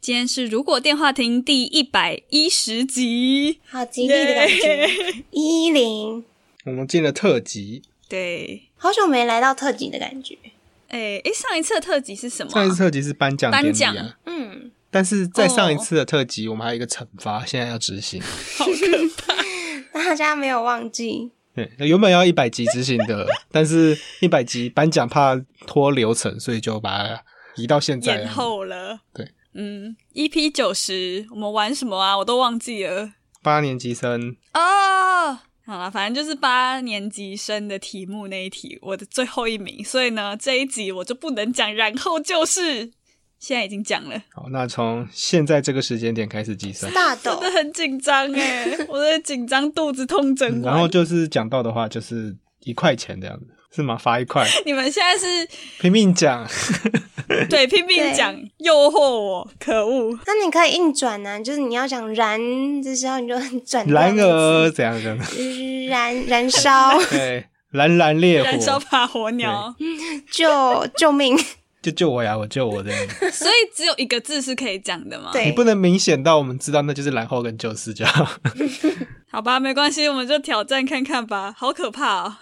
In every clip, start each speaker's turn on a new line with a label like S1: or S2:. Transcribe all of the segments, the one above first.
S1: 今天是《如果电话亭》第一百一十集，
S2: 好吉利的感觉，一零，
S3: 我们进了特辑，
S1: 对，
S2: 好久没来到特辑的感觉。
S1: 哎哎，上一次的特辑是什么啊？
S3: 上一次特辑是颁奖典
S1: 颁
S3: 礼
S1: 奖
S3: 啊，
S2: 嗯，
S3: 但是在上一次的特辑，我们还有一个惩罚，现在要执行。
S1: 好可怕。
S2: 大家没有忘记，
S3: 对，原本要一百集执行的， 但是一百集颁奖怕拖流程，所以就把它移到现在
S1: 延
S3: 了。
S1: 后了。
S3: 啊对，
S1: 嗯，EP 九十，我们玩什么啊？我都忘记了
S3: 八年级生，
S1: 哦。好了，反正就是八年级生的题目那一题，我的最后一名，所以呢，这一集我就不能讲。然后就是现在已经讲了，
S3: 好，那从现在这个时间点开始计算，
S2: 大
S1: 真
S2: 豆
S1: 的很紧张哎，我的紧张肚子痛整
S3: 嗯
S1: 晚。
S3: 然后就是讲到的话，就是一块钱这样子，是吗？罚一 块，
S1: 你们现在是
S3: 拼 命讲。
S1: 对拼命讲诱惑我，可恶！
S2: 那你可以硬转呐、就是你要讲燃的时候，你就 转掉
S3: 然
S2: 那个
S3: 而
S2: 字
S3: 怎样怎样？
S2: 就是燃燃烧
S3: 对，燃燃烈火，
S1: 燃烧吧火鸟，
S2: 救救 命！
S3: 就救我呀，我救我这样。
S1: 所以只有一个字是可以讲的吗？
S2: 对
S3: 你不能明显到我们知道那就是然后跟旧事就好。
S1: 好吧，没关系，我们就挑战看看吧。好可怕哦！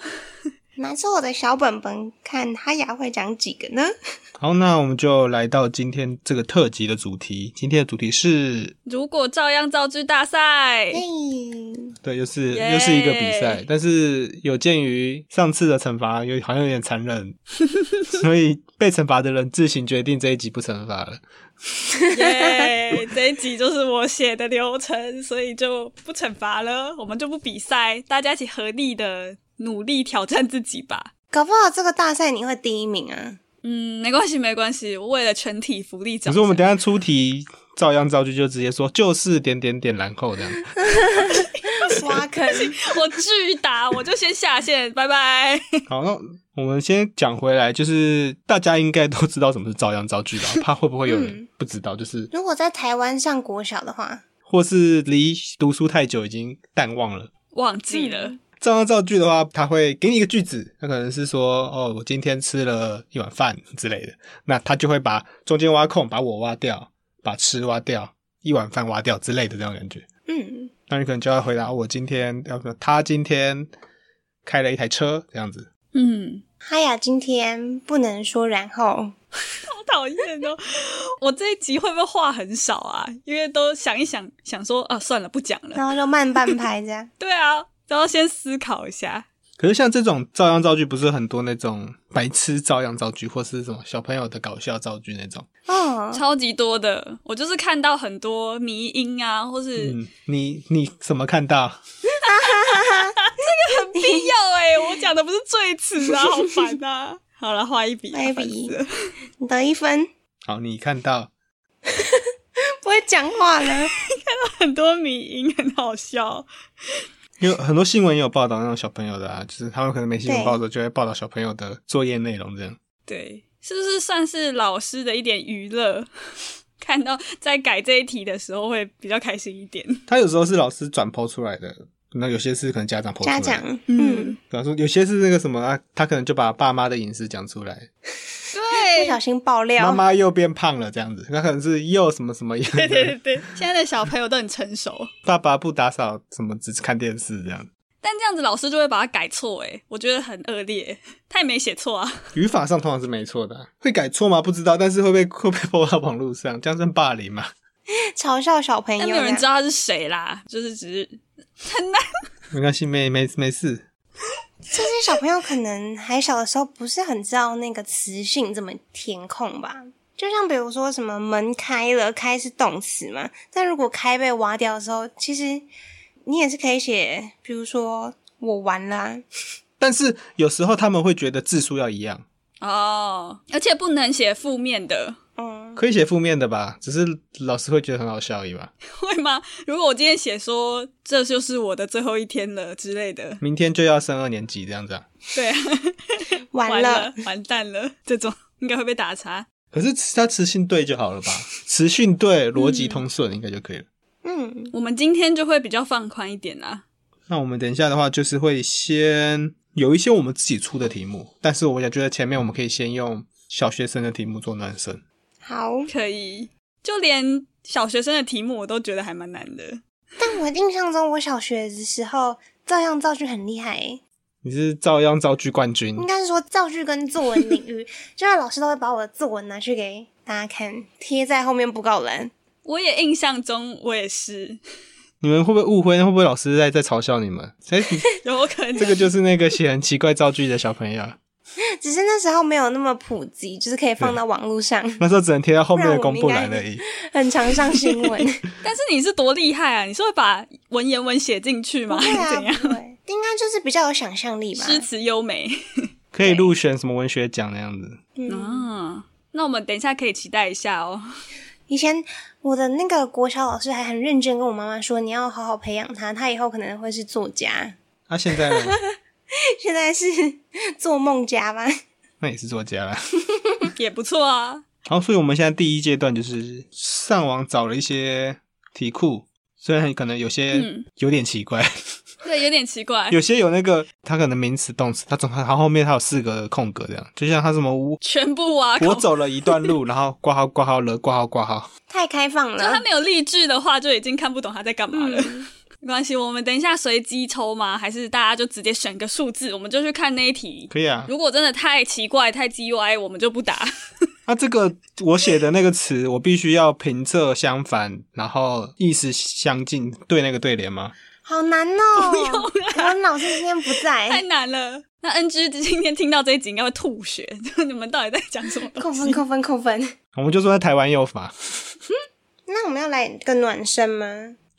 S2: 拿出我的小本本，看哈雅会讲几个呢？
S3: 好，那我们就来到今天这个特辑的主题。今天的主题是，
S1: 如果照样造句大赛，
S2: 耶、
S3: 对，又是
S1: 耶
S3: 又是一个比赛，但是有鉴于上次的惩罚有好像有点残忍， 所以被惩罚的人自行决定这一集不惩罚了。
S1: 耶！这一集就是我写的流程，所以就不惩罚了，我们就不比赛，大家一起合力的努力挑战自己吧。
S2: 搞不好这个大赛你会第一名 啊！
S1: 嗯，没关系，没关系，我为了全体福利着
S3: 可
S1: 想。
S3: 是我们等一下出题照样造句，就直接说就是点点点然后这样。
S2: 挖坑，
S1: 我巨打，我就先下线，拜拜。
S3: 好，那我们先讲回来，就是大家应该都知道什么是照样造句吧？怕会不会有人不知道？就是
S2: 如果在台湾上国小的话，
S3: 或是离读书太久已经淡忘了。
S1: 忘记了，
S3: 照样造句的话，他会给你一个句子，那可能是说哦，我今天吃了一碗饭之类的，那他就会把中间挖空，把我挖掉，把吃挖掉，一碗饭挖掉之类的这种感觉。
S2: 嗯，
S3: 那你可能就要回答哦我今天，要不他今天开了一台车这样子。
S1: 嗯。
S2: 哈雅今天不能说然后，
S1: 好讨厌哦！ 我这一集会不会话很少啊？因为都想一想，想说啊，算了，不讲了。
S2: 然后就慢半拍这样。
S1: 对啊，都要先思考一下。
S3: 可是像这种照样造句，不是很多那种白痴照样造句，或是什么小朋友的搞笑造句那种。
S2: 哦，
S1: 超级多的，我就是看到很多迷音啊，或是、
S3: 嗯，你你怎么看到？
S1: 很必要哎、我讲的不是最词啊，好烦 啊！好了，画一笔啊，
S2: 画一笔
S1: 烦死了
S2: 你得一分，
S3: 好，你看到
S2: 不会讲话了。
S1: 很多迷音很好笑。
S3: 因为很多新闻也有报道那种小朋友的啊，就是他们可能没新闻报的时候就会报道小朋友的作业内容这样。
S1: 对，是不是算是老师的一点娱乐？ 看到在改这一题的时候会比较开心一点。
S3: 他有时候是老师转抛出来的，那有些是可能家长抛出来
S2: 家
S3: 的。
S2: 长，嗯，
S1: 嗯，
S3: 比方说有些是那个什么啊，他可能就把爸妈的隐私讲出来，
S2: 不
S1: 对啊
S2: 小心爆料。
S3: 妈妈又变胖了这样子，那可能是又什么什么样的，
S1: 对对对对，现在的小朋友都很成熟，
S3: 爸爸不打扫，什么只看电视这样。
S1: 但这样子老师就会把它改错，哎，我觉得很恶劣。 他也没写错啊，
S3: 语法上通常是没错的啊、会改错吗？不知道，但是会被 会被播到网络上，这样算霸凌吗？
S2: 嘲笑小朋友
S1: 但
S2: 这
S1: 没
S2: 样，
S1: 有人知道他是谁啦，就是只是
S3: 没关系，没没没事。
S2: 这些小朋友可能还小的时候不是很知道那个词性怎么填空吧。就像比如说什么门开了，开是动词嘛，但如果开被挖掉的时候，其实你也是可以写，比如说我完啦，
S3: 但是有时候他们会觉得字数要一样，
S1: 哦，而且不能写负面的，
S2: 嗯，
S1: 啊，
S3: 可以写负面的吧，只是老师会觉得很好笑而已吧。
S1: 会吗？如果我今天写说这就是我的最后一天了之类的，
S3: 明天就要升二年级这样子啊。
S1: 对啊，
S2: 完
S1: 完
S2: 了，，
S1: 完蛋了，这种应该会被打叉。
S3: 可是他词性对就好了吧？词性对，逻辑通顺应该就可以了。
S2: 嗯，
S1: 我们今天就会比较放宽一点啦。
S3: 那我们等一下的话，就是会先有一些我们自己出的题目，但是我想觉得前面我们可以先用小学生的题目做暖身。
S2: 好。
S1: 可以，就连小学生的题目我都觉得还蛮难的。
S2: 但我印象中，我小学的时候照样造句很厉害欸，
S3: 你是照样造句冠军
S2: 应，该是说造句跟作文领域， 就是老师都会把我的作文拿去给大家看，贴在后面布告栏。
S1: 我也印象中，我也是
S3: 你们会不会误会？会不会老师在在嘲笑你们？哎、
S1: 有可能
S3: 这个就是那个写很奇怪造句的小朋友，
S2: 只是那时候没有那么普及，就是可以放到网络上，
S3: 那时候只能贴到后面的公布栏而已。
S2: 很常上新 闻。
S1: 但是你是多厉害啊！你是会把文言文写进去吗？
S2: 不
S1: 还
S2: 会
S1: 是
S2: 啊，
S1: 怎 样？
S2: 不会，应该就是比较有想象力吧。
S1: 诗词优美
S3: 可以入选什么文学奖那样子。
S2: 嗯，
S1: 啊！那我们等一下可以期待一下哦。
S2: 以前我的那个国小老师还很认真跟我妈妈说，你要好好培养他，他以后可能会是作家。
S3: 那、啊现在呢？
S2: 现在是做梦家吧？
S3: 那也是作家啦。
S1: 也不错啊。
S3: 好，所以我们现在第一阶段就是上网找了一些题库，虽然可能有些
S1: 嗯
S3: 有点奇怪，
S1: 对，有点奇怪。
S3: 有些有那个它可能名词、动词，它总它后面它有四个空格这样，就像它什么我
S1: 全部挖啊空
S3: 我，走了一段路，然后挂号挂号了挂号挂号，
S2: 太开放
S1: 就他
S2: 了。
S1: 没有例句的话，就已经看不懂他在干嘛了。 没关系，我们等一下随机抽吗？还是大家就直接选个数字，我们就去看那一题。
S3: 可以啊。
S1: 如果真的太奇怪、太 GY，我们就不打。
S3: 那这个我写的那个词，我必须要平仄相反，然后意思相近，对那个对联吗？
S2: 好难哦！不用我们老师今天不
S1: 太
S2: 在，
S1: 难了。那 NG 今天听到这一集应该会吐血， 就你们到底在讲什么
S2: 扣
S1: 东
S2: 分
S1: 西？
S2: 扣分扣分。
S3: 我们就说在台湾用法，
S2: 那我们要来个暖身吗？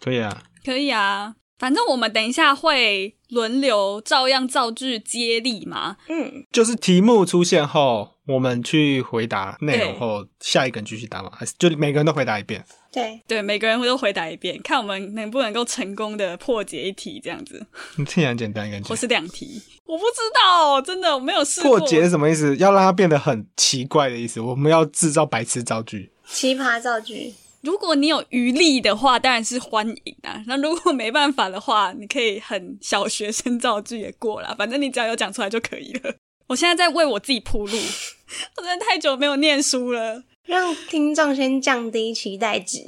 S3: 可以啊。
S1: 可以啊，反正我们等一下会轮流，照样造句接力嘛。
S2: 嗯，
S3: 就是题目出现后，我们去回答内容后，下一个人继续答嘛？还是就每个人都回答一遍？
S2: 对，
S1: 对，每个人会都回答一遍，看我们能不能够成功的破解一题这样 子，
S3: 听起来很简单，感觉
S1: 或。是两题。我不知道，真的我没有试过。
S3: 破解是什么意思？要让它变得很奇怪的意思。我们要制造白痴造句。
S2: 奇葩造句。
S1: 如果你有余力的话，当然是欢迎啊。那如果没办法的话，你可以很小学生造句也过啦，反正你只要有讲出来就可以了。 我现在在为我自己铺路， 我真的太久没有念书了。
S2: 让听众先降低期待值。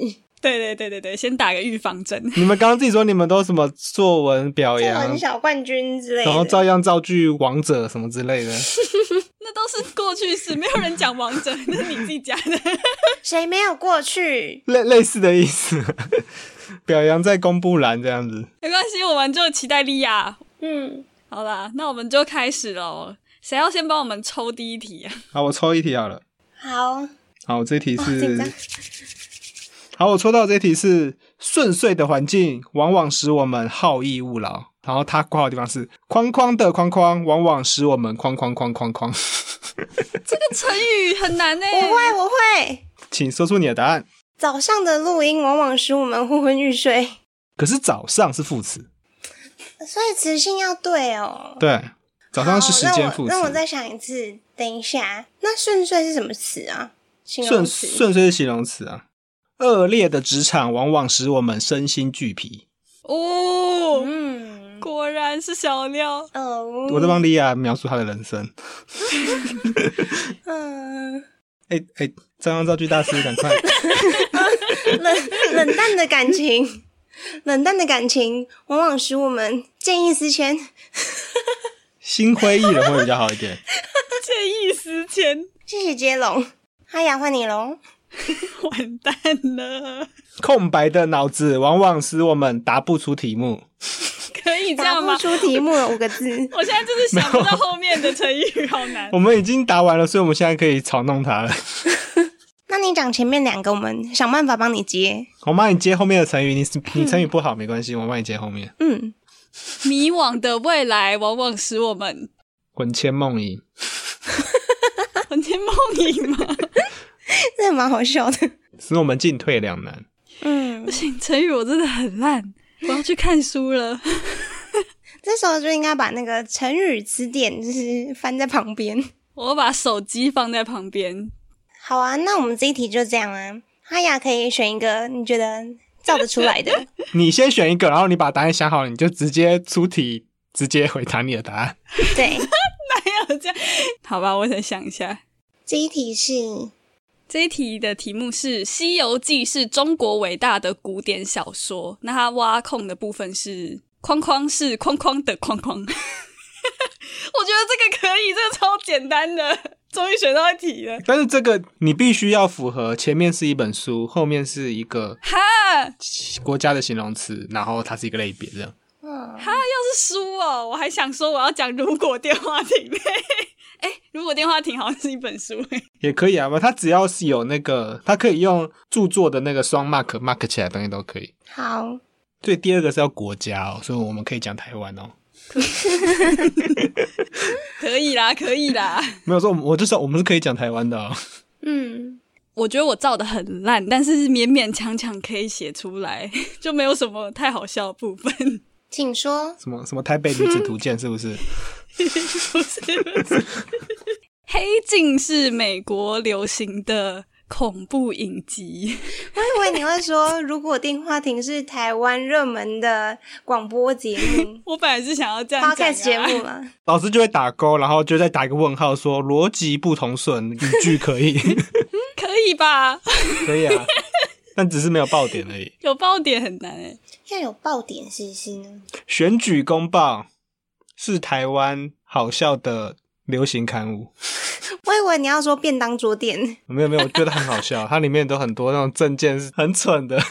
S1: 对对对对对，先打个预防针。
S3: 你们刚刚自己说你们都什么作文表
S2: 作
S3: 扬
S2: 文，小冠军之类
S3: 啊然后照
S2: 的，
S3: 样造句王者什么之类的。
S1: 那都是过去式，没有人讲王者， 那是你自己讲的。
S2: 谁没有过去？
S3: 类类似的意思， 表扬在公布栏这样子。
S1: 没关系，我们就期待莉亚。
S2: 嗯，
S1: 好啦，那我们就开始喽。谁要先帮我们抽第一题啊？
S3: 好，我抽一题好了。
S2: 好，
S3: 好，我这题
S2: 哇紧张
S3: 是，好，我抽到这题是顺遂的环境往往使我们好逸恶劳。然后它括号的地方是框框的框框，往往使我们框框框框框。
S1: 这个成语很难呢、
S2: 我会，我会。
S3: 请说出你的答案。
S2: 早上的录音往往使我们昏昏欲睡，
S3: 可是早上是副词，
S2: 所以词性要对哦。
S3: 对，早上是时间副
S2: 好哦
S3: 词
S2: 让我让。我再想一次，等一下。那顺遂是什么词啊？形容
S3: 顺
S2: 词。
S3: 顺遂是形容词啊。恶劣的职场往往使我们身心俱疲。
S1: 哦，
S2: 嗯，
S1: 果然是小料。
S2: 哦，
S3: 我在帮莉亚描述她的人生。
S2: 嗯，
S3: 哎、哎，张张造句大师，赶 快！
S2: 冷冷淡的感情，冷淡的感情往往使我们见异思迁。
S3: 心灰意冷会比较好一点。
S1: 见异思迁，
S2: 谢谢接龙，哈呀，换你龙。
S1: 完蛋了！
S3: 空白的脑子往往使我们答不出题目。
S1: 可以这
S2: 答
S1: 样
S2: 不
S1: 吗？。
S2: 出题目了，五个字
S1: 我现在就是想不到后面的成语，好难
S3: 我。们已经答完了，所以我们现在可以嘲弄他了。
S2: 那你讲前面两个，我们想办法帮你接。
S3: 我帮你接后面的成语，你你成语不好没关系，我帮你接后面。
S2: 嗯，
S1: 迷惘的未来往往使我们
S3: 魂牵梦萦，
S1: 魂牵梦萦吗？
S2: 这蛮好笑的。
S3: 使我们进退两难。
S2: 嗯
S1: 不，行，成语我真的很烂，我要去看书了。
S2: 这时候就应该把那个成语词典就是翻在旁边。
S1: 我把手机放在旁边，
S2: 好啊，那我们这一题就这样啊。哈雅可以选一个你觉得造得出来的，
S3: 你先选一个，然后你把答案想好，你就直接出题，直接回答你的答案。
S2: 对。
S1: 还哎有这样，好吧，我再想一下。
S2: 这一题是
S1: 这一题的题目是《西游记》是中国伟大的古典小说，那它挖空的部分是框框是框框的框框。我 觉得这个可以，这个超简单的，终于选到一题了。
S3: 但是这个你必须要符合，前面是一本书，后面是一个
S1: 哈，
S3: 国家的形容词，然后它是一个类别，这样。
S1: 这是书哦，我还想说我要讲《如果电话亭》 哎，《如果电话亭》好像是一本书 哎。
S3: 也可以啊，它只要是有那个，它可以用著作的那个双 mark mark 起来的东西都可以。
S2: 好，
S3: 所以第二个是要国家哦，所以我们可以讲台湾哦。
S1: 可以啦，可以啦。
S3: 没有说，我我就说我们是可以讲台湾的哦。
S2: 嗯，
S1: 我觉得我造的很烂，但是勉勉强强可以写出来， 就没有什么太好笑的部分。
S2: 请说。
S3: 什么什么台北女子图鉴是不 是？
S1: 不是， 不是黑镜是美国流行的恐怖影集，
S2: 我以为你会说， 如果电话亭是台湾热门的广播节目
S1: 我本来是想要这样讲、啊。
S2: ，podcast 节目啦，
S3: 老师就会打勾，然后就再打一个问号说逻辑不同顺，语句可以，
S1: 可以吧？
S3: 可以啊，但只是没有爆点而已。
S1: 有爆点很难哎、
S2: 要有爆点是不是呢？
S3: 选举公报是台湾好笑的流行刊物。
S2: 我以为你要说便当桌店，
S3: 没有没有，我觉得很好 笑，它里面都很多那种证件是很蠢的。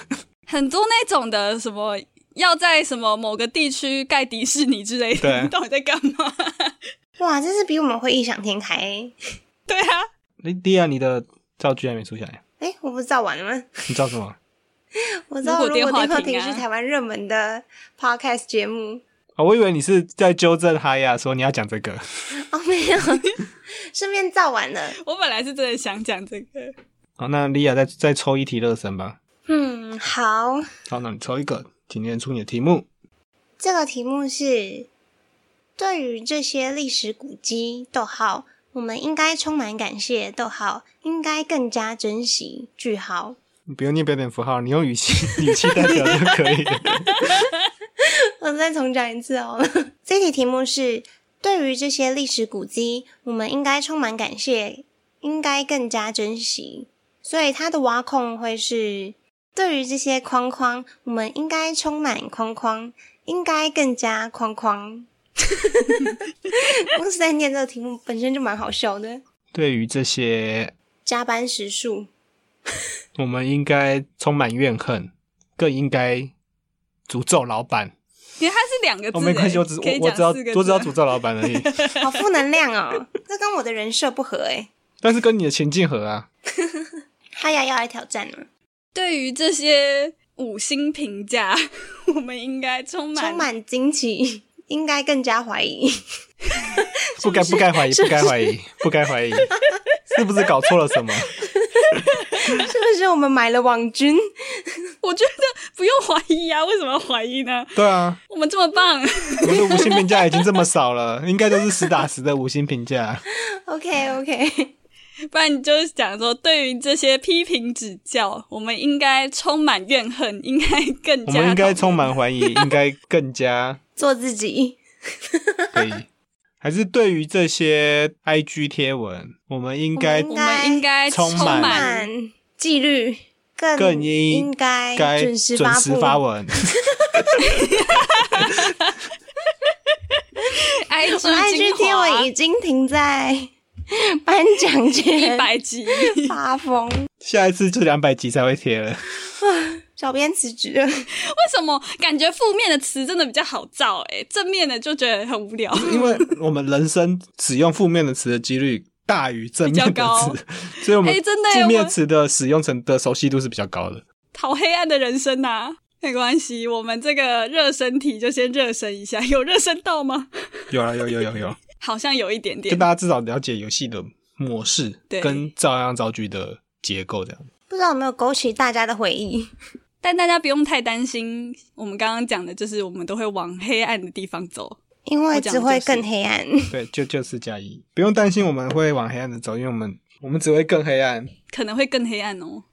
S1: 很多那种的什么要在什么某个地区盖迪士尼之类的，
S3: 对
S1: 你到底在干嘛？
S2: 哇，真是比我们会异想天开欸。
S1: 对啊，
S3: 哎，莉 亚，你的造句还没出现来，
S2: 哎，我不是造完了吗？
S3: 你造什么？
S2: 我知道，如
S1: 如果
S2: 果电
S1: 电话亭啊
S2: 话亭是台湾热门的 podcast 节目，
S3: 哦，我以为你是在纠正哈亚，说你要讲这个。
S2: 哦，没有， 顺便造完了。
S1: 我本来是真的想讲这个。
S3: 好，那莉亚再再抽一题热身吧。
S2: 嗯，好，
S3: 好，那你抽一个，请念出你的题目。
S2: 这个题目是：对于这些历史古迹，逗号，我们应该充满感谢，逗号，应该更加珍惜，句号。
S3: 你不用念标点符号，你用语气 语气代表就可以了。
S2: 我嗯再重讲一次哦。 这题题目是：对于这些历史古迹，我们应该充满感谢，应该更加珍惜。所以它的挖空会是：对于这些框框，我们应该充满框框，应该更加框框。 公司在念这个题目本身就蛮好笑的，
S3: 对于这些，
S2: 加班时数
S3: 我们应该充满怨恨，更应该诅咒老板。
S1: 因为它是两个字、
S3: 哦，
S1: 欸，
S3: 没关系，我只
S1: 可以
S3: 我
S1: 讲
S3: 我只要
S1: 四个
S3: 我只要
S1: 字
S3: 诅咒老板而已，
S2: 好负能量哦， 这跟我的人设不合欸诶。
S3: 但是跟你的情境合啊。
S2: 哈雅要来挑战了，
S1: 对于这些五星评价，我们应该充满
S2: 充满惊奇，应该更加怀疑。
S3: 不该不该怀疑，不该怀疑，不该怀疑，是不是搞错了什么？
S2: 是不是我们买了网军？
S1: 我觉得不用怀疑啊，为什么要怀疑呢？
S3: 对啊，
S1: 我们这么棒，
S3: 我们的五星评价已经这么少了，应该都是实打实的五星评价。
S2: OK OK，
S1: 不然你就是讲说，对于这些批评指教，我们应该充满怨恨，应该更
S3: 我
S1: 加
S3: 们应该充满怀 疑，应该更加
S2: 做自己。
S3: 可以。还是对于这些 IG 贴文，我们应该
S2: 我
S1: 我们应该充
S3: 充
S1: 满
S2: 看纪律更
S3: 更应
S2: 应该
S3: 该
S2: 准
S3: 准
S2: 时
S3: 时
S2: 发布。
S3: 发文。
S1: IG
S2: 我的 IG 贴文已经停在颁奖
S1: 一
S2: 前
S1: 百集，
S2: 发疯，
S3: 下一次就两百集才会贴了。
S2: 小编辞职了。
S1: 为什么感觉负面的词真的比较好造、欸？正面的就觉得很无聊。
S3: 因为我们人生使用负面的词的几率大于正面
S1: 比
S3: 的
S1: 较高
S3: 词，所以我们
S1: 哎真的耶
S3: 负面
S1: 我
S3: 词的使用成的熟悉度是比较高的。
S1: 好黑暗的人生呐、没关系，我们这个热身体就先热身一下， 有热身到吗？
S3: 有啊，有有有 有，
S1: 好像有一点
S3: 就
S1: 点。
S3: 大家至少了解游戏的模式
S1: 对
S3: 跟照样造句的结构这样。
S2: 不知道有没有勾起大家的回忆？
S1: 但大家不用太担心，我们刚刚讲的就是我们都会往黑暗的地方走。
S2: 因为只会更黑暗。
S3: 对，就就是加一，不用担心我们会往黑暗的走，因为我们我们只会更黑暗。
S1: 可能会更黑暗哦。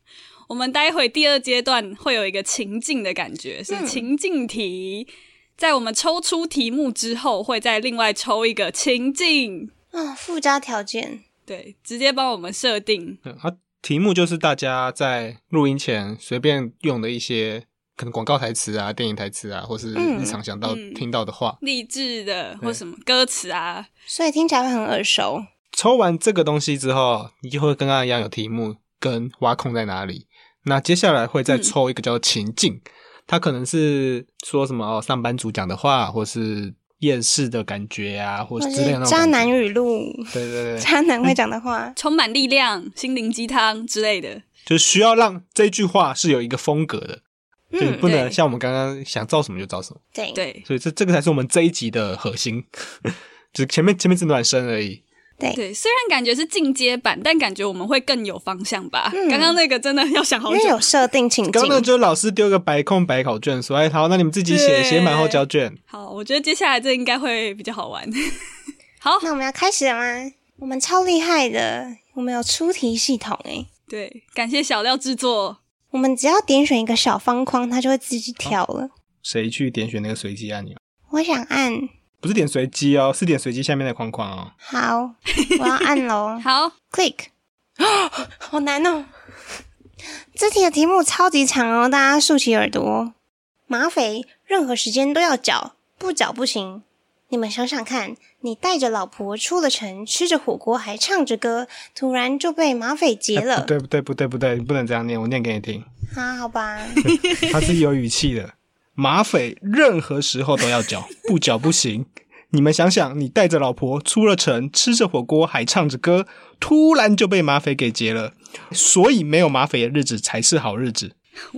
S1: 我们待会第二阶段会有一个情境的感觉，是情境题。在我们抽出题目之后，会再另外抽一个情境，
S2: 啊、附加条件，
S1: 对，直接帮我们设定。
S3: 嗯，啊，题目就是大家在录音前随便用的一些可能广告台词啊、电影台词啊，或是日常想到、
S1: 嗯
S3: 听到的话。
S1: 励志的或
S3: 对
S1: 什么歌词啊，
S2: 所以听起来会很耳熟。
S3: 抽完这个东西之后，你就会跟刚刚一样有题目跟挖空在哪里。那接下来会再
S1: 嗯
S3: 抽一个叫情境，它可能是说什么哦，上班族讲的话，或是厌世的感觉啊，或
S2: 或
S3: 是之
S2: 是
S3: 类的那种
S2: 渣
S3: 感觉
S2: 男。语录，
S3: 对对对，
S2: 渣男会讲的话，
S1: 充满力量、心灵鸡汤之类的。
S3: 就是需要让这句话是有一个风格的，就你
S2: 嗯，
S3: 不能
S1: 对
S3: 像我们刚刚想造什么就造什么。
S2: 对，
S1: 对
S3: 所以这这个才是我们这一集的核心， 就是前面前面只暖身而已。
S1: 对，虽然感觉是进阶版，但感觉我们会更有方向吧。
S2: 嗯
S1: 刚刚那个真的要想
S2: 因
S1: 好
S2: 为
S1: 久
S2: 有。设定情
S3: 刚刚那个
S2: 境，
S3: 就是老师丢个白空白考卷，说哎好，那你们自己写
S1: 对
S3: 写满后交卷。
S1: 好，我觉得接下来这应该会比较好玩。 好，
S2: 那我们要开始了吗？我们超厉害的，我们有出题系统诶。
S1: 对，感谢小廖制作。
S2: 我们只要点选一个小方框，它就会自己跳了。
S3: 谁去点选那个随机按钮？
S2: 我想按，
S3: 不是点随机哦，是点随机下面的框框哦。
S2: 好，我要按喽
S1: 好，
S2: ，click，好难哦。这题的题目超级长哦，大家竖起耳朵。马匪任何时间都要缴，不缴不行。你们想想看，你带着老婆出了城，吃着火锅还唱着歌，突然就被马匪劫
S3: 哎
S2: 了
S3: 不。对不对不对不对，你不能这样念，我念给你听，
S2: 啊，好吧，
S3: 它是有语气的。马匪任何时候都要缴，不缴不行。你们想想，你带着老婆出了城，吃着火锅还唱着歌，突然就被马匪给劫了，所以没有马匪的日子才是好日子。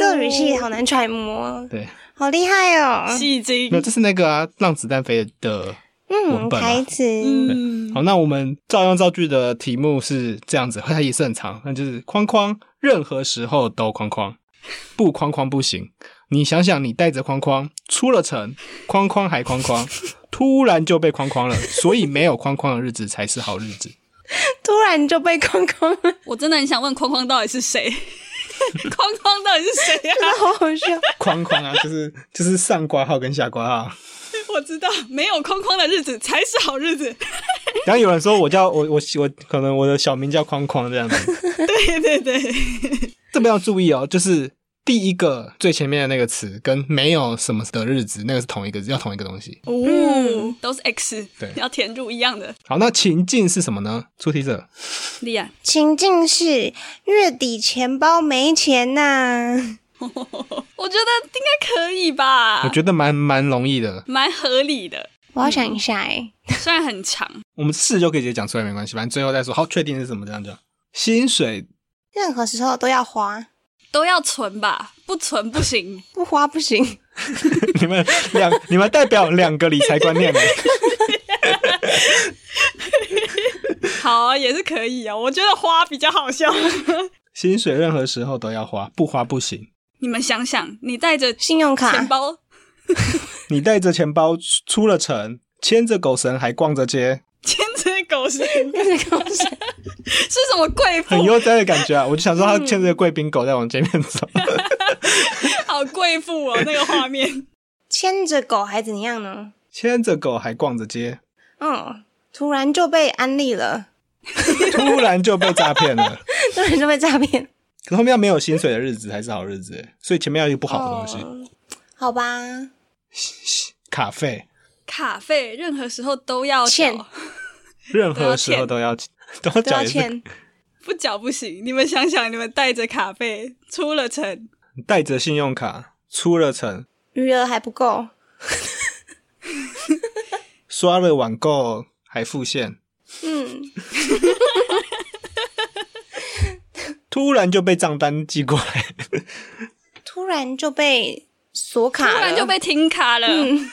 S2: 这语气好难揣摩哦，
S3: 对，
S2: 好厉害哦。
S1: 戏精
S3: 没有，。这是那个啊，让子弹飞的。
S2: 嗯，
S3: 文本啊
S2: 台词。
S1: 嗯，
S3: 好，那我们照样造句的题目是这样子，它也是很长，那就是框框，任何时候都框框，不框框不行。你想想，你带着框框出了城，框框还框框，突然就被框框了，所以没有框框的日子才是好日子。
S2: 突然就被框框了，真
S1: 我真的很想问框框到底是谁？ 框框到底是谁啊呀、
S2: 的好好笑。
S3: 框框啊，就是就是上挂号跟下挂号。
S1: 我知道，没有框框的日子才是好日子。
S3: 然后有人说我叫我我我可能我的小名叫框框这样子，
S1: 对对对，
S3: 这边要注意哦，就是第一个最前面的那个词跟没有什么的日子，那个是同一个，要同一个东西。
S2: 嗯
S1: 哦，都是 X，
S3: 对
S1: 要填入一样的。
S3: 好，那情境是什么呢？出题者，
S1: 莉亚，
S2: 情境是月底钱包没钱呐、
S1: 我觉得应该可以吧？
S3: 我觉得蛮蛮容易的，
S1: 蛮合理的，
S2: 我要想一下哎、
S1: 虽然很长。
S3: 我们试就可以直接讲出来，没关系，反正最后再说。好，确定是什么这样讲。薪水
S2: 任何时候都要花，
S1: 都要存吧，不存 不行。
S2: 不花不行。
S3: 你们两，你们代表两个理财观念呢？
S1: 好、啊，也是可以啊。我觉得花比较好笑。
S3: 薪水任何时候都要花，不花不行。
S1: 你们想想，你带着
S2: 信用
S1: 钱
S2: 卡，
S1: 包，
S3: 你带着钱包出出了城，牵着狗绳还逛着街，
S1: 牵着 狗绳，
S2: 那个东西
S1: 是什么贵妇
S3: 很？悠哉的感觉啊！我就想说，他牵着贵宾狗在往前面走。
S1: 好贵妇 哦，那个画面。
S2: 牵着狗还怎样呢？
S3: 牵着狗还逛着街，
S2: 嗯，突然就被安利了，
S3: 突然就被诈骗了。
S2: 突然就被诈骗。
S3: 可后面要没有薪水的日子才是好日子欸，所以前面要一个不好的东西，
S2: 哦好吧，
S3: 卡费，
S1: 卡费任何时候都要
S2: 欠
S1: 缴，
S3: 任何时候都要都要
S2: 都
S3: 缴
S2: 要
S3: 一次，
S2: 欠。
S1: 不缴不行。你们想想，你们带着卡费出了城，
S3: 带着信用卡出了城，
S2: 余额还不够，
S3: 刷了网购还付现，
S2: 嗯，
S3: 突然就被账单寄过来，
S2: 突然就被锁卡了，
S1: 突然就被停卡了。
S2: 嗯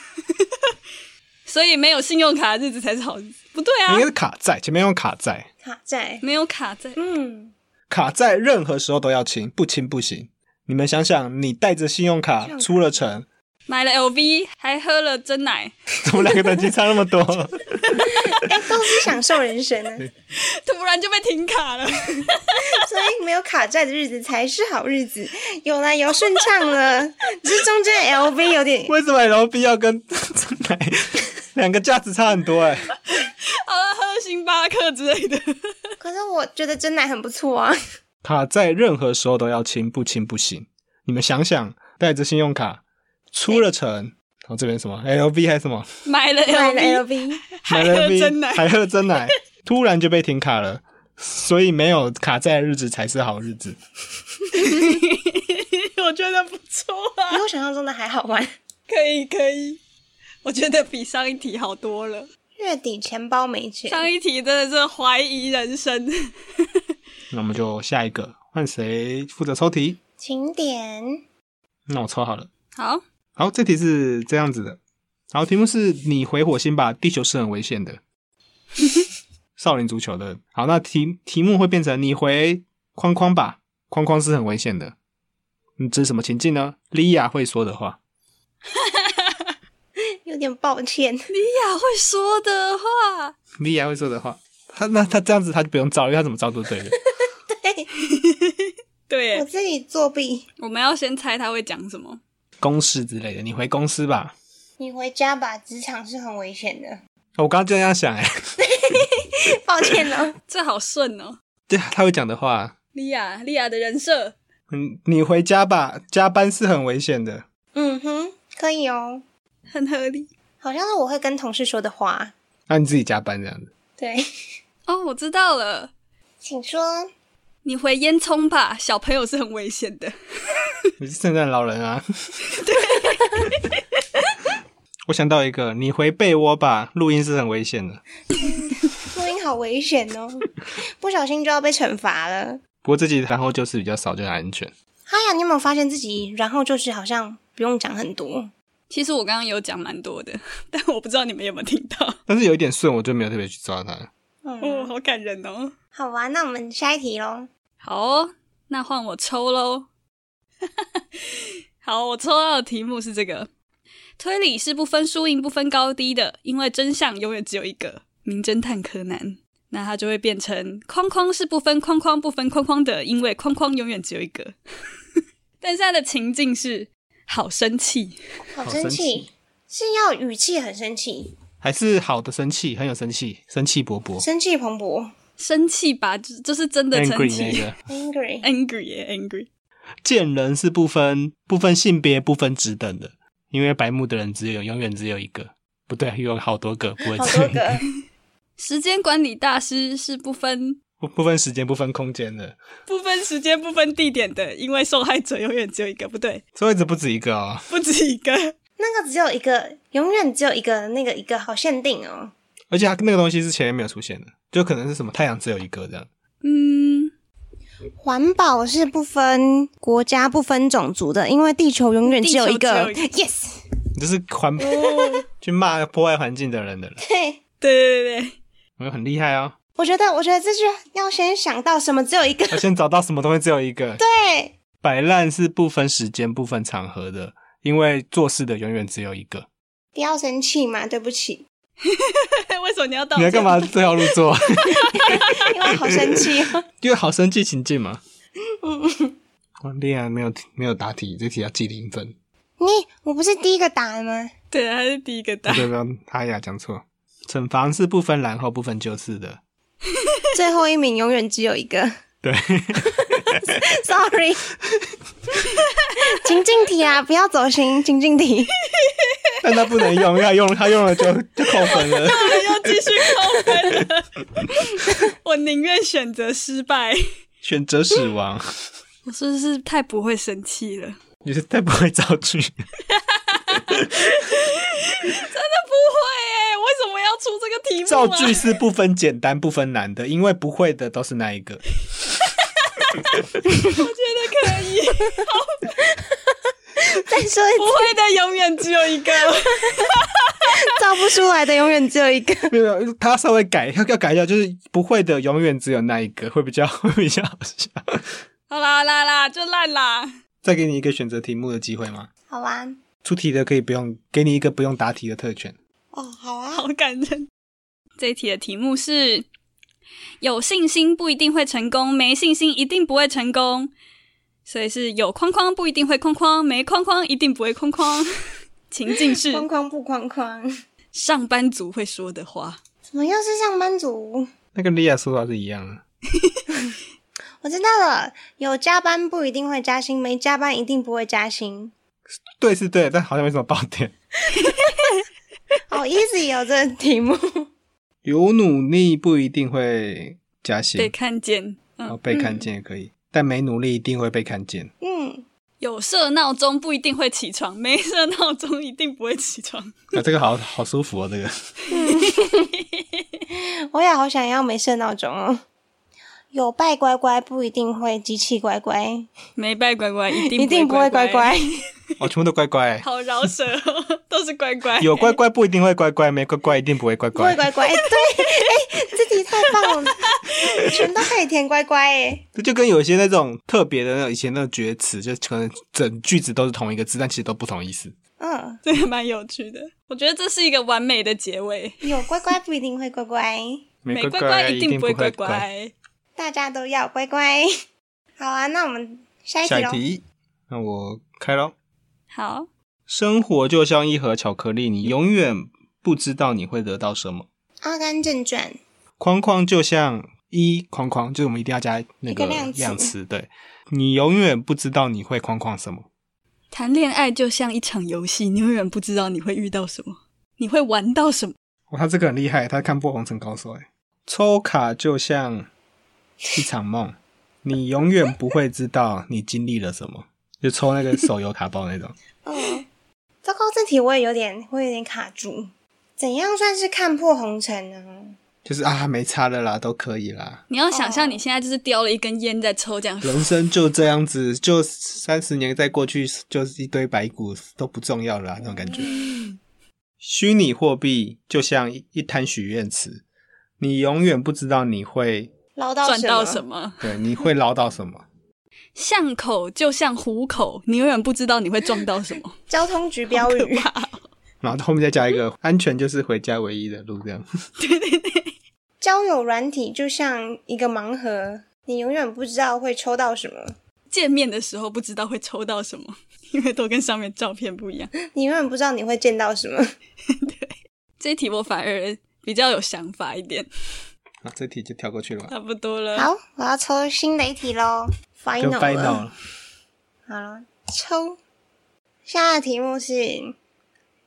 S1: 所以没有信用卡的 日子才是好日子。不对啊
S3: 应该，是卡债，前面用卡债，
S2: 卡债，
S1: 没有卡在
S2: 嗯，
S3: 卡债任何时候都要清，不清不行。你们想想，你带着信用卡出了城，
S1: 买了 LV，还喝了真奶，
S3: 怎么两个等级差那么多？
S2: 哎、都是享受人生啊呢、
S1: 突然就被停卡了。
S2: 所以没有卡债的日子才是好日子。有啦，有顺畅 了，只是中间 LV 有点
S3: 为什么 L B 要跟 真奶两个价值差很多、欸？哎，
S1: 好了，喝星巴克之类的。
S2: 可是我觉得真奶很不错啊。
S3: 卡债任何时候都要清，不清不行。你们想想，带着信用卡出了城，然后这边什么 L B 还是 什么
S1: 买了
S2: 买了
S1: LV，
S2: LV，
S3: 买
S1: 还
S3: 了
S1: 喝
S3: V
S1: 真奶，
S3: 还喝真奶， 突然就被停卡了。所以没有卡债的日子才是好日子。
S1: 我觉得不错啊，
S2: 比我想象中的还好玩。
S1: 可以可以。我觉得比上一题好多了，
S2: 月底钱包没钱，
S1: 上一题真的是怀疑人生。
S3: 那我们就下一个，换谁负责抽题？
S2: 请点
S3: 那我抽好了。
S1: 好，
S3: 好，这题是这样子的。好，题目是你回火星吧，地球是很危险的。少林足球的。好，那题题目会变成你回框框吧，框框是很危险的。嗯，这是什么情境呢？莉亚会说的话。
S2: 有点抱 歉，
S1: 莉亚会说的话，
S3: 莉亚会说的话。他那他这样子他就不用照，因为他怎么照都对的。
S2: 我
S1: 对，
S2: 自己作弊。
S1: 我们要先猜他会讲什么。
S3: 公式之类的，你回公司吧。
S2: 你回家吧，职场是很危险的。
S3: 我刚刚就这样想哎、
S2: 抱歉了，
S1: 这好顺哦，
S3: 对，啊他会讲的话。
S1: 莉亚，莉亚的人设，
S3: 嗯，你回家吧，加班是很危险的。
S2: 嗯哼，可以哦。
S1: 很合理
S2: 好像是我会跟同事说的话。
S3: 那、你自己加班这样子。
S2: 对，
S1: 哦。我知道了，
S2: 请说。
S1: 你回烟囱吧，小朋友是很危险的。
S3: 你是圣诞老人啊？ 我想到一个，你回被窝吧，录音是很危险的。
S2: 录音好危险 哦，不小心就要被惩罚了。
S3: 不过这集然后就是比较少，就很安全。
S2: 哈呀，你有没有发现自己，然后就是好像不用讲很多？
S1: 其实我刚刚有讲蛮多的，但我不知道你们有没有听到。
S3: 但是有一点顺，我就没有特别去抓它。
S1: 哦，
S2: 嗯，
S1: 好感人哦。
S2: 好吧，那我们下一题喽。
S1: 好哦那换我抽喽。 好，我抽到的题目是这个：推理是不分输赢、不分高低的，因为真相永远只有一个。名侦探柯南，那它就会变成框框是不分框框、不分框框的，因为框框永远只有一个。 但是它的情境是好生气，
S2: 好
S3: 好
S2: 生
S3: 生
S2: 气
S3: 气，
S2: 是要语气很生气，
S3: 还是好的生气，很有生气，生气勃勃
S2: 生气蓬勃
S1: 生气吧，就就是真的生
S3: ，angry 欸那
S1: 气
S3: 个。
S2: ，angry，
S1: ，angry 耶，angry。
S3: 见人是不分不分性别、不分职等的，因为白目的人只有永远只有一个，不对，有好多个，不会
S2: 好
S3: 只有
S2: 多
S3: 一个
S2: 个，
S1: 时间管理大师是不分
S3: 不不分时间、不分空间的，
S1: 不分时间、不分地点的，因为受害者永远只有一个，不对，
S3: 所以这不止一个哦。
S1: 不止一个。
S2: 那个只有一个，永远只有一个，那个一个好限定哦。
S3: 而且它那个东西是前面没有出现的，就可能是什么太阳只有一个这样。
S1: 嗯，
S2: 环保是不分国家、不分种族的，因为地球永远只有一个。
S1: 地球只有
S2: yes，
S3: 你就是环 去骂破坏环境的人的人，
S2: 嘿，
S1: 对对对对，
S3: 我觉得很厉害哦。
S2: 我觉得，我觉得这句要先想到什么只有一个。
S3: 我先找到什么东西只有一个。
S2: 对，
S3: 摆烂是不分时间、不分场合的，因为做事的永远只有一个。
S2: 不要生气嘛，对不起，
S1: 为什么你要道
S3: 你
S1: 歉？
S3: 要干嘛？这条路做？
S2: 因为好生气、哦。
S3: 因为好生气情境嘛。嗯，莉亚没有没有答题，这题要记零分。
S2: 你我不是第一个打的吗？
S1: 对，他是第一个答
S3: 不。对不对，哎呀，讲错。惩罚是不分然后不分就是的。
S2: 最后一名永远只有一个。
S3: 对，
S2: Sorry，情境题啊，不要走心，情境题。
S3: 但他不能用，因为他用他用了就就扣分了。
S1: 又继续扣分了， 我宁愿选择失败。
S3: 选择死 亡，
S1: 我是不是太不会生气了？
S3: 你是太不会造句。
S1: 那不会哎、为什么要出这个题目、啊？
S3: 造句是不分简单不分难的，因为不会的都是那一个。
S1: 我觉得可以，
S2: 再说一
S1: 不会的永远只有一个。
S2: 造不出来的永远只有一个。
S3: 没有没有，他稍微改要要改一下，就是不会的永远只有那一个，会比较会比较好笑。
S1: 好啦好啦啦，就烂啦。
S3: 再给你一个选择题目的机会吗？
S2: 好啊，
S3: 出题的可以不用，给你一个不用答题的特权。
S2: 哦，好啊
S1: 好感人。这一题的题目是：有信心不一定会成功，没信心一定不会成功。所以是有框框不一定会框框，没框框一定不会框框。情境是
S2: 框框不框框，
S1: 上班族会说的话。
S2: 怎么又是上班族？
S3: 那跟莉亚说法是一样的。
S2: 我知道了，有加班不一定会加薪，没加班一定不会加薪。
S3: 对是对，但好像没什么爆点。
S2: 好 easy 哦，这个题目。
S3: 有努力不一定会加薪，
S1: 被看见，
S3: 然后
S1: 嗯，
S3: 被看见也可以，但没努力一定会被看见。
S2: 嗯，
S1: 有设闹钟不一定会起床，没设闹钟一定不会起床。
S3: 啊，这个好好舒服哦，这个。
S2: 我也好想要没设闹钟哦。有拜乖乖不一定会机器乖乖，
S1: 没拜乖乖一定
S2: 一定不会乖
S1: 乖
S2: 乖。
S3: 哦，全部都乖乖。
S1: 好饶舌哦，都是乖乖。
S3: 有乖乖不一定会乖乖，没乖乖一定不会乖
S2: 不会
S3: 乖。
S2: 乖乖，哎对，哎、这题太棒了，全都可以填乖乖哎，
S3: 这就跟有一些那种特别的那种以前那种绝词，就可能整句子都是同一个字，但其实都不同意思。
S2: 嗯，
S1: 这个蛮有趣的，我觉得这是一个完美的结尾。
S2: 有乖乖不一定会乖乖，
S1: 美
S3: 乖
S1: 乖乖
S3: 一
S1: 定
S3: 不
S1: 会
S3: 乖。
S1: 乖。
S2: 大家都要乖乖。好啊，那我们下一题
S3: 下一
S2: 喽。
S3: 题，那我开喽。
S1: 好，
S3: 生活就像一盒巧克力，你永远不知道你会得到什么。
S2: 阿甘正传，
S3: 框框就像一框框，就是我们一定要加那个
S2: 一个量词
S3: 词。对，你永远不知道你会框框什么。
S1: 谈恋爱就像一场游戏，你永远不知道你会遇到什么，你会玩到什么。
S3: 哇，他这个很厉害，他看破红尘高手哎。抽卡就像一场梦，你永远不会知道你经历了什么。就抽那个手游卡包那种，
S2: 嗯，糟糕，这题我也有点，我有点卡住。怎样算是看破红尘呢？
S3: 就是啊，没差的啦，都可以啦。
S1: 你要想象你现在就是叼了一根烟在抽，这样
S3: 人生就这样子，就三十年再过去，就是一堆白骨都不重要了、啊，那种感觉。虚拟货币就像一一滩许愿池，你永远不知道你会
S2: 捞到
S1: 赚到什
S2: 什么？
S1: 么。
S3: 对你会捞到什么。
S1: 巷口就像虎口，你永远不知道你会撞到什么。
S2: 交通局 标语，
S3: 然后后面再加一个安全就是回家唯一的路，这样
S2: 交友软体就像一个盲盒，你永远不知道会抽到什么，
S1: 见面的时候不知道会抽到什么，因为都跟上面照片不一样。
S2: 你永远不知道你会见到什么。
S1: 这一题我反而比较有想法一点，
S3: 啊，这题就跳过去了吧，
S1: 差不多了。
S2: 好，我要抽新的一题喽
S3: 就
S2: ，final 了
S3: final 了。
S2: 好了，抽。下的题目是：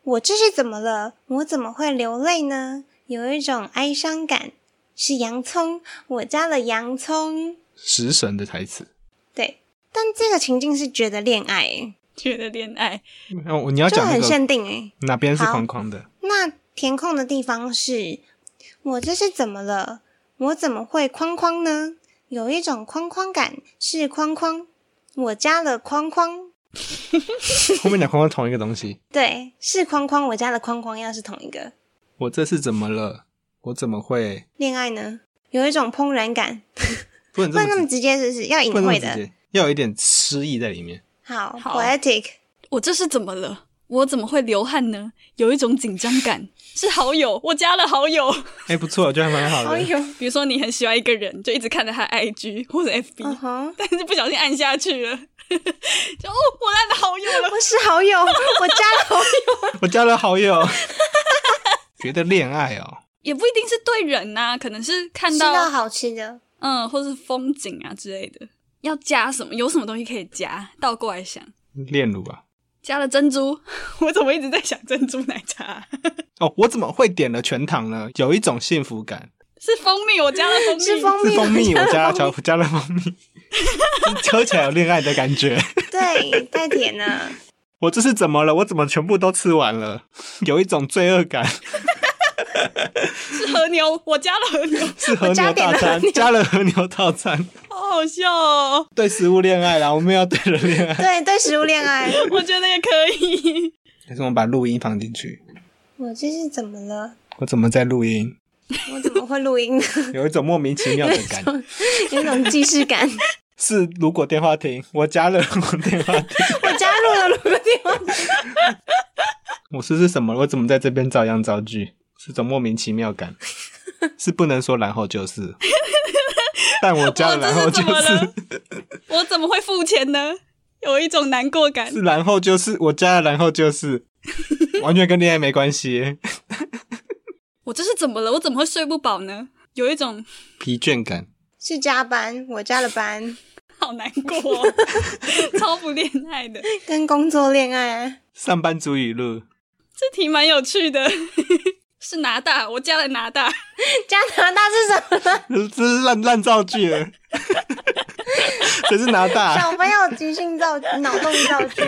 S2: 我这是怎么了？我怎么会流泪呢？有一种哀伤感，是洋葱，我加了洋葱。
S3: 食神的台词。
S2: 对，但这个情境是觉得恋爱欸，
S1: 觉得恋爱
S3: 那我你要
S2: 就
S3: 讲那
S2: 很
S3: 个
S2: 限定欸诶。
S3: 哪边是
S2: 好
S3: 框框的？
S2: 那填空的地方是：我这是怎么了？我怎么会框框呢？有一种框框感，是框框，我加了框框。
S3: 后面两框框同一个东西。
S2: 对，是框框，我加了框框，要是同一个。
S3: 我这是怎么了？我怎么会
S2: 恋爱呢，有一种怦然感，
S3: 不能
S2: 不能
S3: 这
S2: 那么
S3: 么
S2: 直接，就是要隐
S3: 不能
S2: 晦
S3: 这么直
S2: 的。
S3: 接，要有一点诗意在里面。
S2: 好
S1: 好
S2: ，poetic，
S1: 我这是怎么了？我怎么会流汗呢？有一种紧张感，是好友，我加了好友。
S3: 哎、不错，我觉得还蛮好
S2: 好
S3: 的。
S2: 有，
S1: 比如说你很喜欢一个人，就一直看着他的 IG 或者 FB，、
S2: 嗯哼，
S1: 但是不小心按下去了， 就哦，我拉的好友了。
S2: 我是好友，我加了好友，
S3: 我加了好 友， 觉得恋爱哦，
S1: 也不一定是对人呐、可能是看
S2: 吃
S1: 到
S2: 到好吃的，
S1: 嗯，或是风景啊之类的。要加什么？有什么东西可以加？倒过来想，
S3: 恋乳啊吧。
S1: 加了珍珠， 我怎么一直在想珍珠奶茶啊、
S3: 哦，我怎么会点了全糖呢？有一种幸福感，
S1: 是蜂蜜，我加了蜂蜜。
S2: 是蜂
S3: 是
S2: 蜜，
S3: 蜂蜜，我加了
S2: 蜂
S3: 巧，
S2: 蜜，
S3: 我加了蜂蜜，喝起来有恋爱的感觉。
S2: 对，太甜了。
S3: 我这是怎么了？我怎么全部都吃完了？ 有一种罪恶感，
S1: 是和牛，我加了和牛，
S3: 是和
S2: 我加
S3: 牛
S2: 点
S3: 大
S2: 了
S3: 餐
S2: 和，牛
S3: 加了和牛套餐，
S1: 好好笑哦。
S3: 对食物恋爱啦，我们要对人恋爱。
S2: 对，对食物恋爱，
S1: 我觉得也可以。
S3: 还是我们把录音放进去？
S2: 我这是怎么了？
S3: 我怎么在录音？
S2: 我怎么会录音呢？
S3: 有一种莫名其妙的感觉。
S2: 有一种既视感。
S3: 是如果电话亭，我加了如果电话 亭，
S2: 我加入了如果电话亭，
S3: 我是是什么？我怎么在这边照样造句？是种莫名其妙感，是不能说然后就是，但我加了然后
S1: 我这
S3: 就是
S1: 怎么
S3: 是
S1: 了，我怎么会付钱呢？有一种难过感
S3: 是。然后就是我加了然后就是，完全跟恋爱没关系，
S1: 我这是怎么了？我怎么会睡不饱呢？有一种
S3: 疲倦感。
S2: 是加班，我加了班，
S1: 好难过 哦、超不恋爱的。
S2: 跟工作恋爱。啊
S3: 上班族语录，
S1: 这题蛮有趣的， 是拿大，我加了拿大，
S2: 加拿大是什么呢？
S3: 这是烂烂造句 了，这是拿大，
S2: 小朋友即兴造脑洞造句，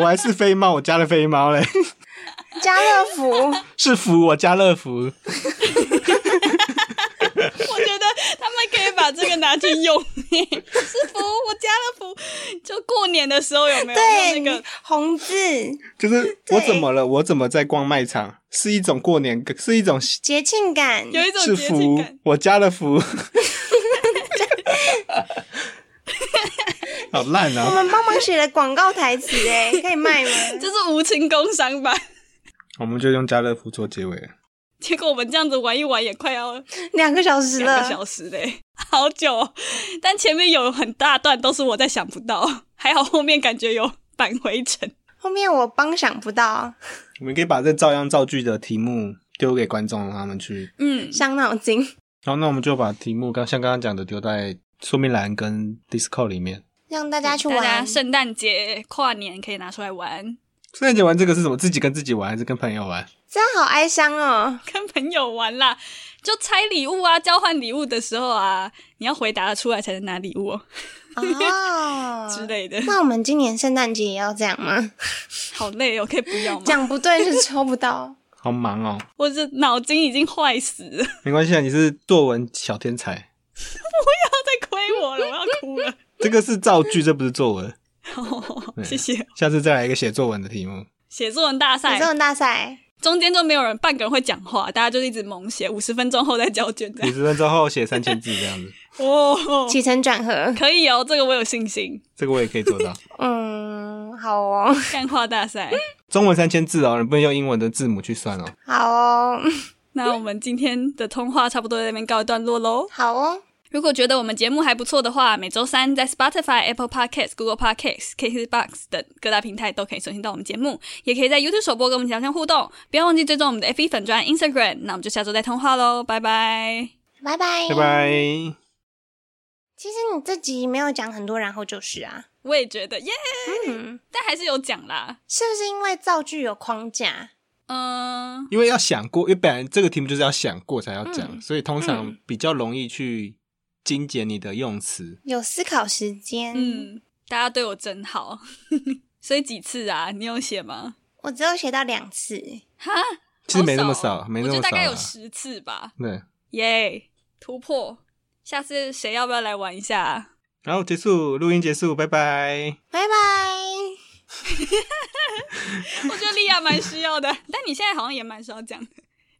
S3: 我还是飞猫，我加了飞猫嘞，
S2: 家乐福
S3: 是福，我加乐福，
S1: 我觉得他们可以把这个拿去用。 是福，我加了福，就过年的时候有没有
S2: 对
S1: 用那个？
S2: 红字
S3: 就是我怎么了？我怎么在逛卖场？是一种过年，是一种是
S2: 节庆感，
S1: 有一种节庆
S3: 福
S1: 感，，
S3: 我加 了福，好烂
S2: 我
S3: 啊！
S2: 们帮忙写的广告台词 哎，可以卖吗？
S1: 这是无情工伤吧？
S3: 我们就用家乐福做结尾了。
S1: 结果我们这样子玩一玩，也快要
S2: 两个小时
S1: 两
S2: 了
S1: 个，小时嘞， 好久哦。但前面有很大段都是我在想不到， 还好后面感觉有返回程。
S2: 后面我帮想不到，
S3: 我们可以把这照样造句的题目丢给观众，让他们去。
S1: 嗯，
S2: 伤脑筋，
S3: 然后，那我们就把题目刚像刚刚讲的丢在说明栏跟 Discord 里面。
S2: 让大家去
S1: 大家
S2: 玩。
S1: 圣诞节、跨年可以拿出来玩，
S3: 圣诞节玩这个是什么？自己跟自己玩，还是跟朋友玩？
S2: 真好哀伤 哦，
S1: 跟朋友玩啦，就拆礼物啊，交换礼物的时候啊，你要回答得出来才能拿礼物、哦、
S2: 哦
S1: 之类 的，
S2: 那我们今年圣诞节也要这样 吗？
S1: 好累哦，可以不要吗？
S2: 讲不对就抽不到，
S3: 好忙哦，
S1: 我这脑筋已经坏死了，
S3: 没关系啊，你是作文小天才。
S1: 再亏我了，我要哭了。
S3: 这个是造句，这不是作文。
S1: 哦
S3: 对，
S1: 谢谢。
S3: 下次再来一个写作文的题目。
S1: 写作文大
S2: 有这
S1: 赛
S2: 种大赛。
S1: 中间就没有人半个人会讲话，大家就一直猛写，五十分钟后再交卷这
S3: 五
S1: 样。
S3: 十分钟后写三千字这样子，
S1: 哦，
S2: 起承转合。
S1: 可以哦，这个我有信心。
S3: 这个我也可以做到。
S2: 嗯，好哦，
S1: 干话大赛，
S3: 中文三千字哦，你不能用英文的字母去算哦。
S2: 好哦，
S1: 那我们今天的通话差不多在那边告一段落喽。
S2: 好哦，
S1: 如果觉得我们节目还不错的话，每周三在 Spotify、Apple Podcasts、Google Podcasts、KKBox 等各大平台都可以收听到我们节目，也可以在 YouTube 首播跟我们聊天互动。不要忘记追踪我们的 FB 粉专 Instagram。那我们就下周再通话喽，拜拜。
S2: 拜拜，
S3: 拜。拜。
S2: 其实你这集没有讲很多，然后就是啊，
S1: 我也觉得耶
S2: 嗯，
S1: 但还是有讲啦。
S2: 是不是因为造句有框架？
S1: 嗯，
S3: 因为要想过，因为本来这个题目就是要想过才要讲，
S2: 嗯
S3: 所以通常
S2: 嗯
S3: 比较容易去精简你的用词。
S2: 有思考时间，，
S1: 嗯，大家对我真好。 所以几次啊？你有写吗？
S2: 我只有写到两次，
S1: 哈，
S3: 其实没
S1: 好哦
S3: 那么少，没那
S1: 我
S3: 么
S1: 就大
S3: 少
S1: 概
S3: 啊
S1: 有。十次吧。
S3: 对，
S1: 耶、突破！下次谁要不要来玩一下啊？
S3: 然后结束，录音结束，拜拜。
S2: 拜拜。
S1: 我觉得莉亚蛮需要的， 但你现在好像也蛮少讲的，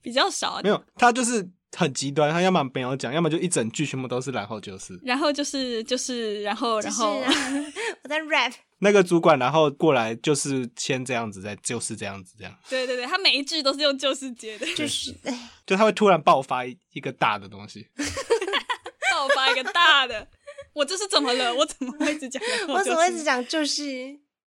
S1: 比较少啊
S3: 没。有，他就是很极端，他要么没有讲，要么就一整句全部都是然后就是
S1: 然后就是就是，然后然后、
S2: 就是啊我在 rap，
S3: 那个主管，然后过来就是先这样子，再就是这样子这样。
S1: 对对对，他每一句都是用就是接的，
S2: 就是哎
S3: 就他会突然爆发一一个大的东西，
S1: 爆发一个大的。我这是怎么了？我怎么会一直讲？然后
S2: 我怎么
S1: 就
S2: 会
S1: 是
S2: 只讲就是？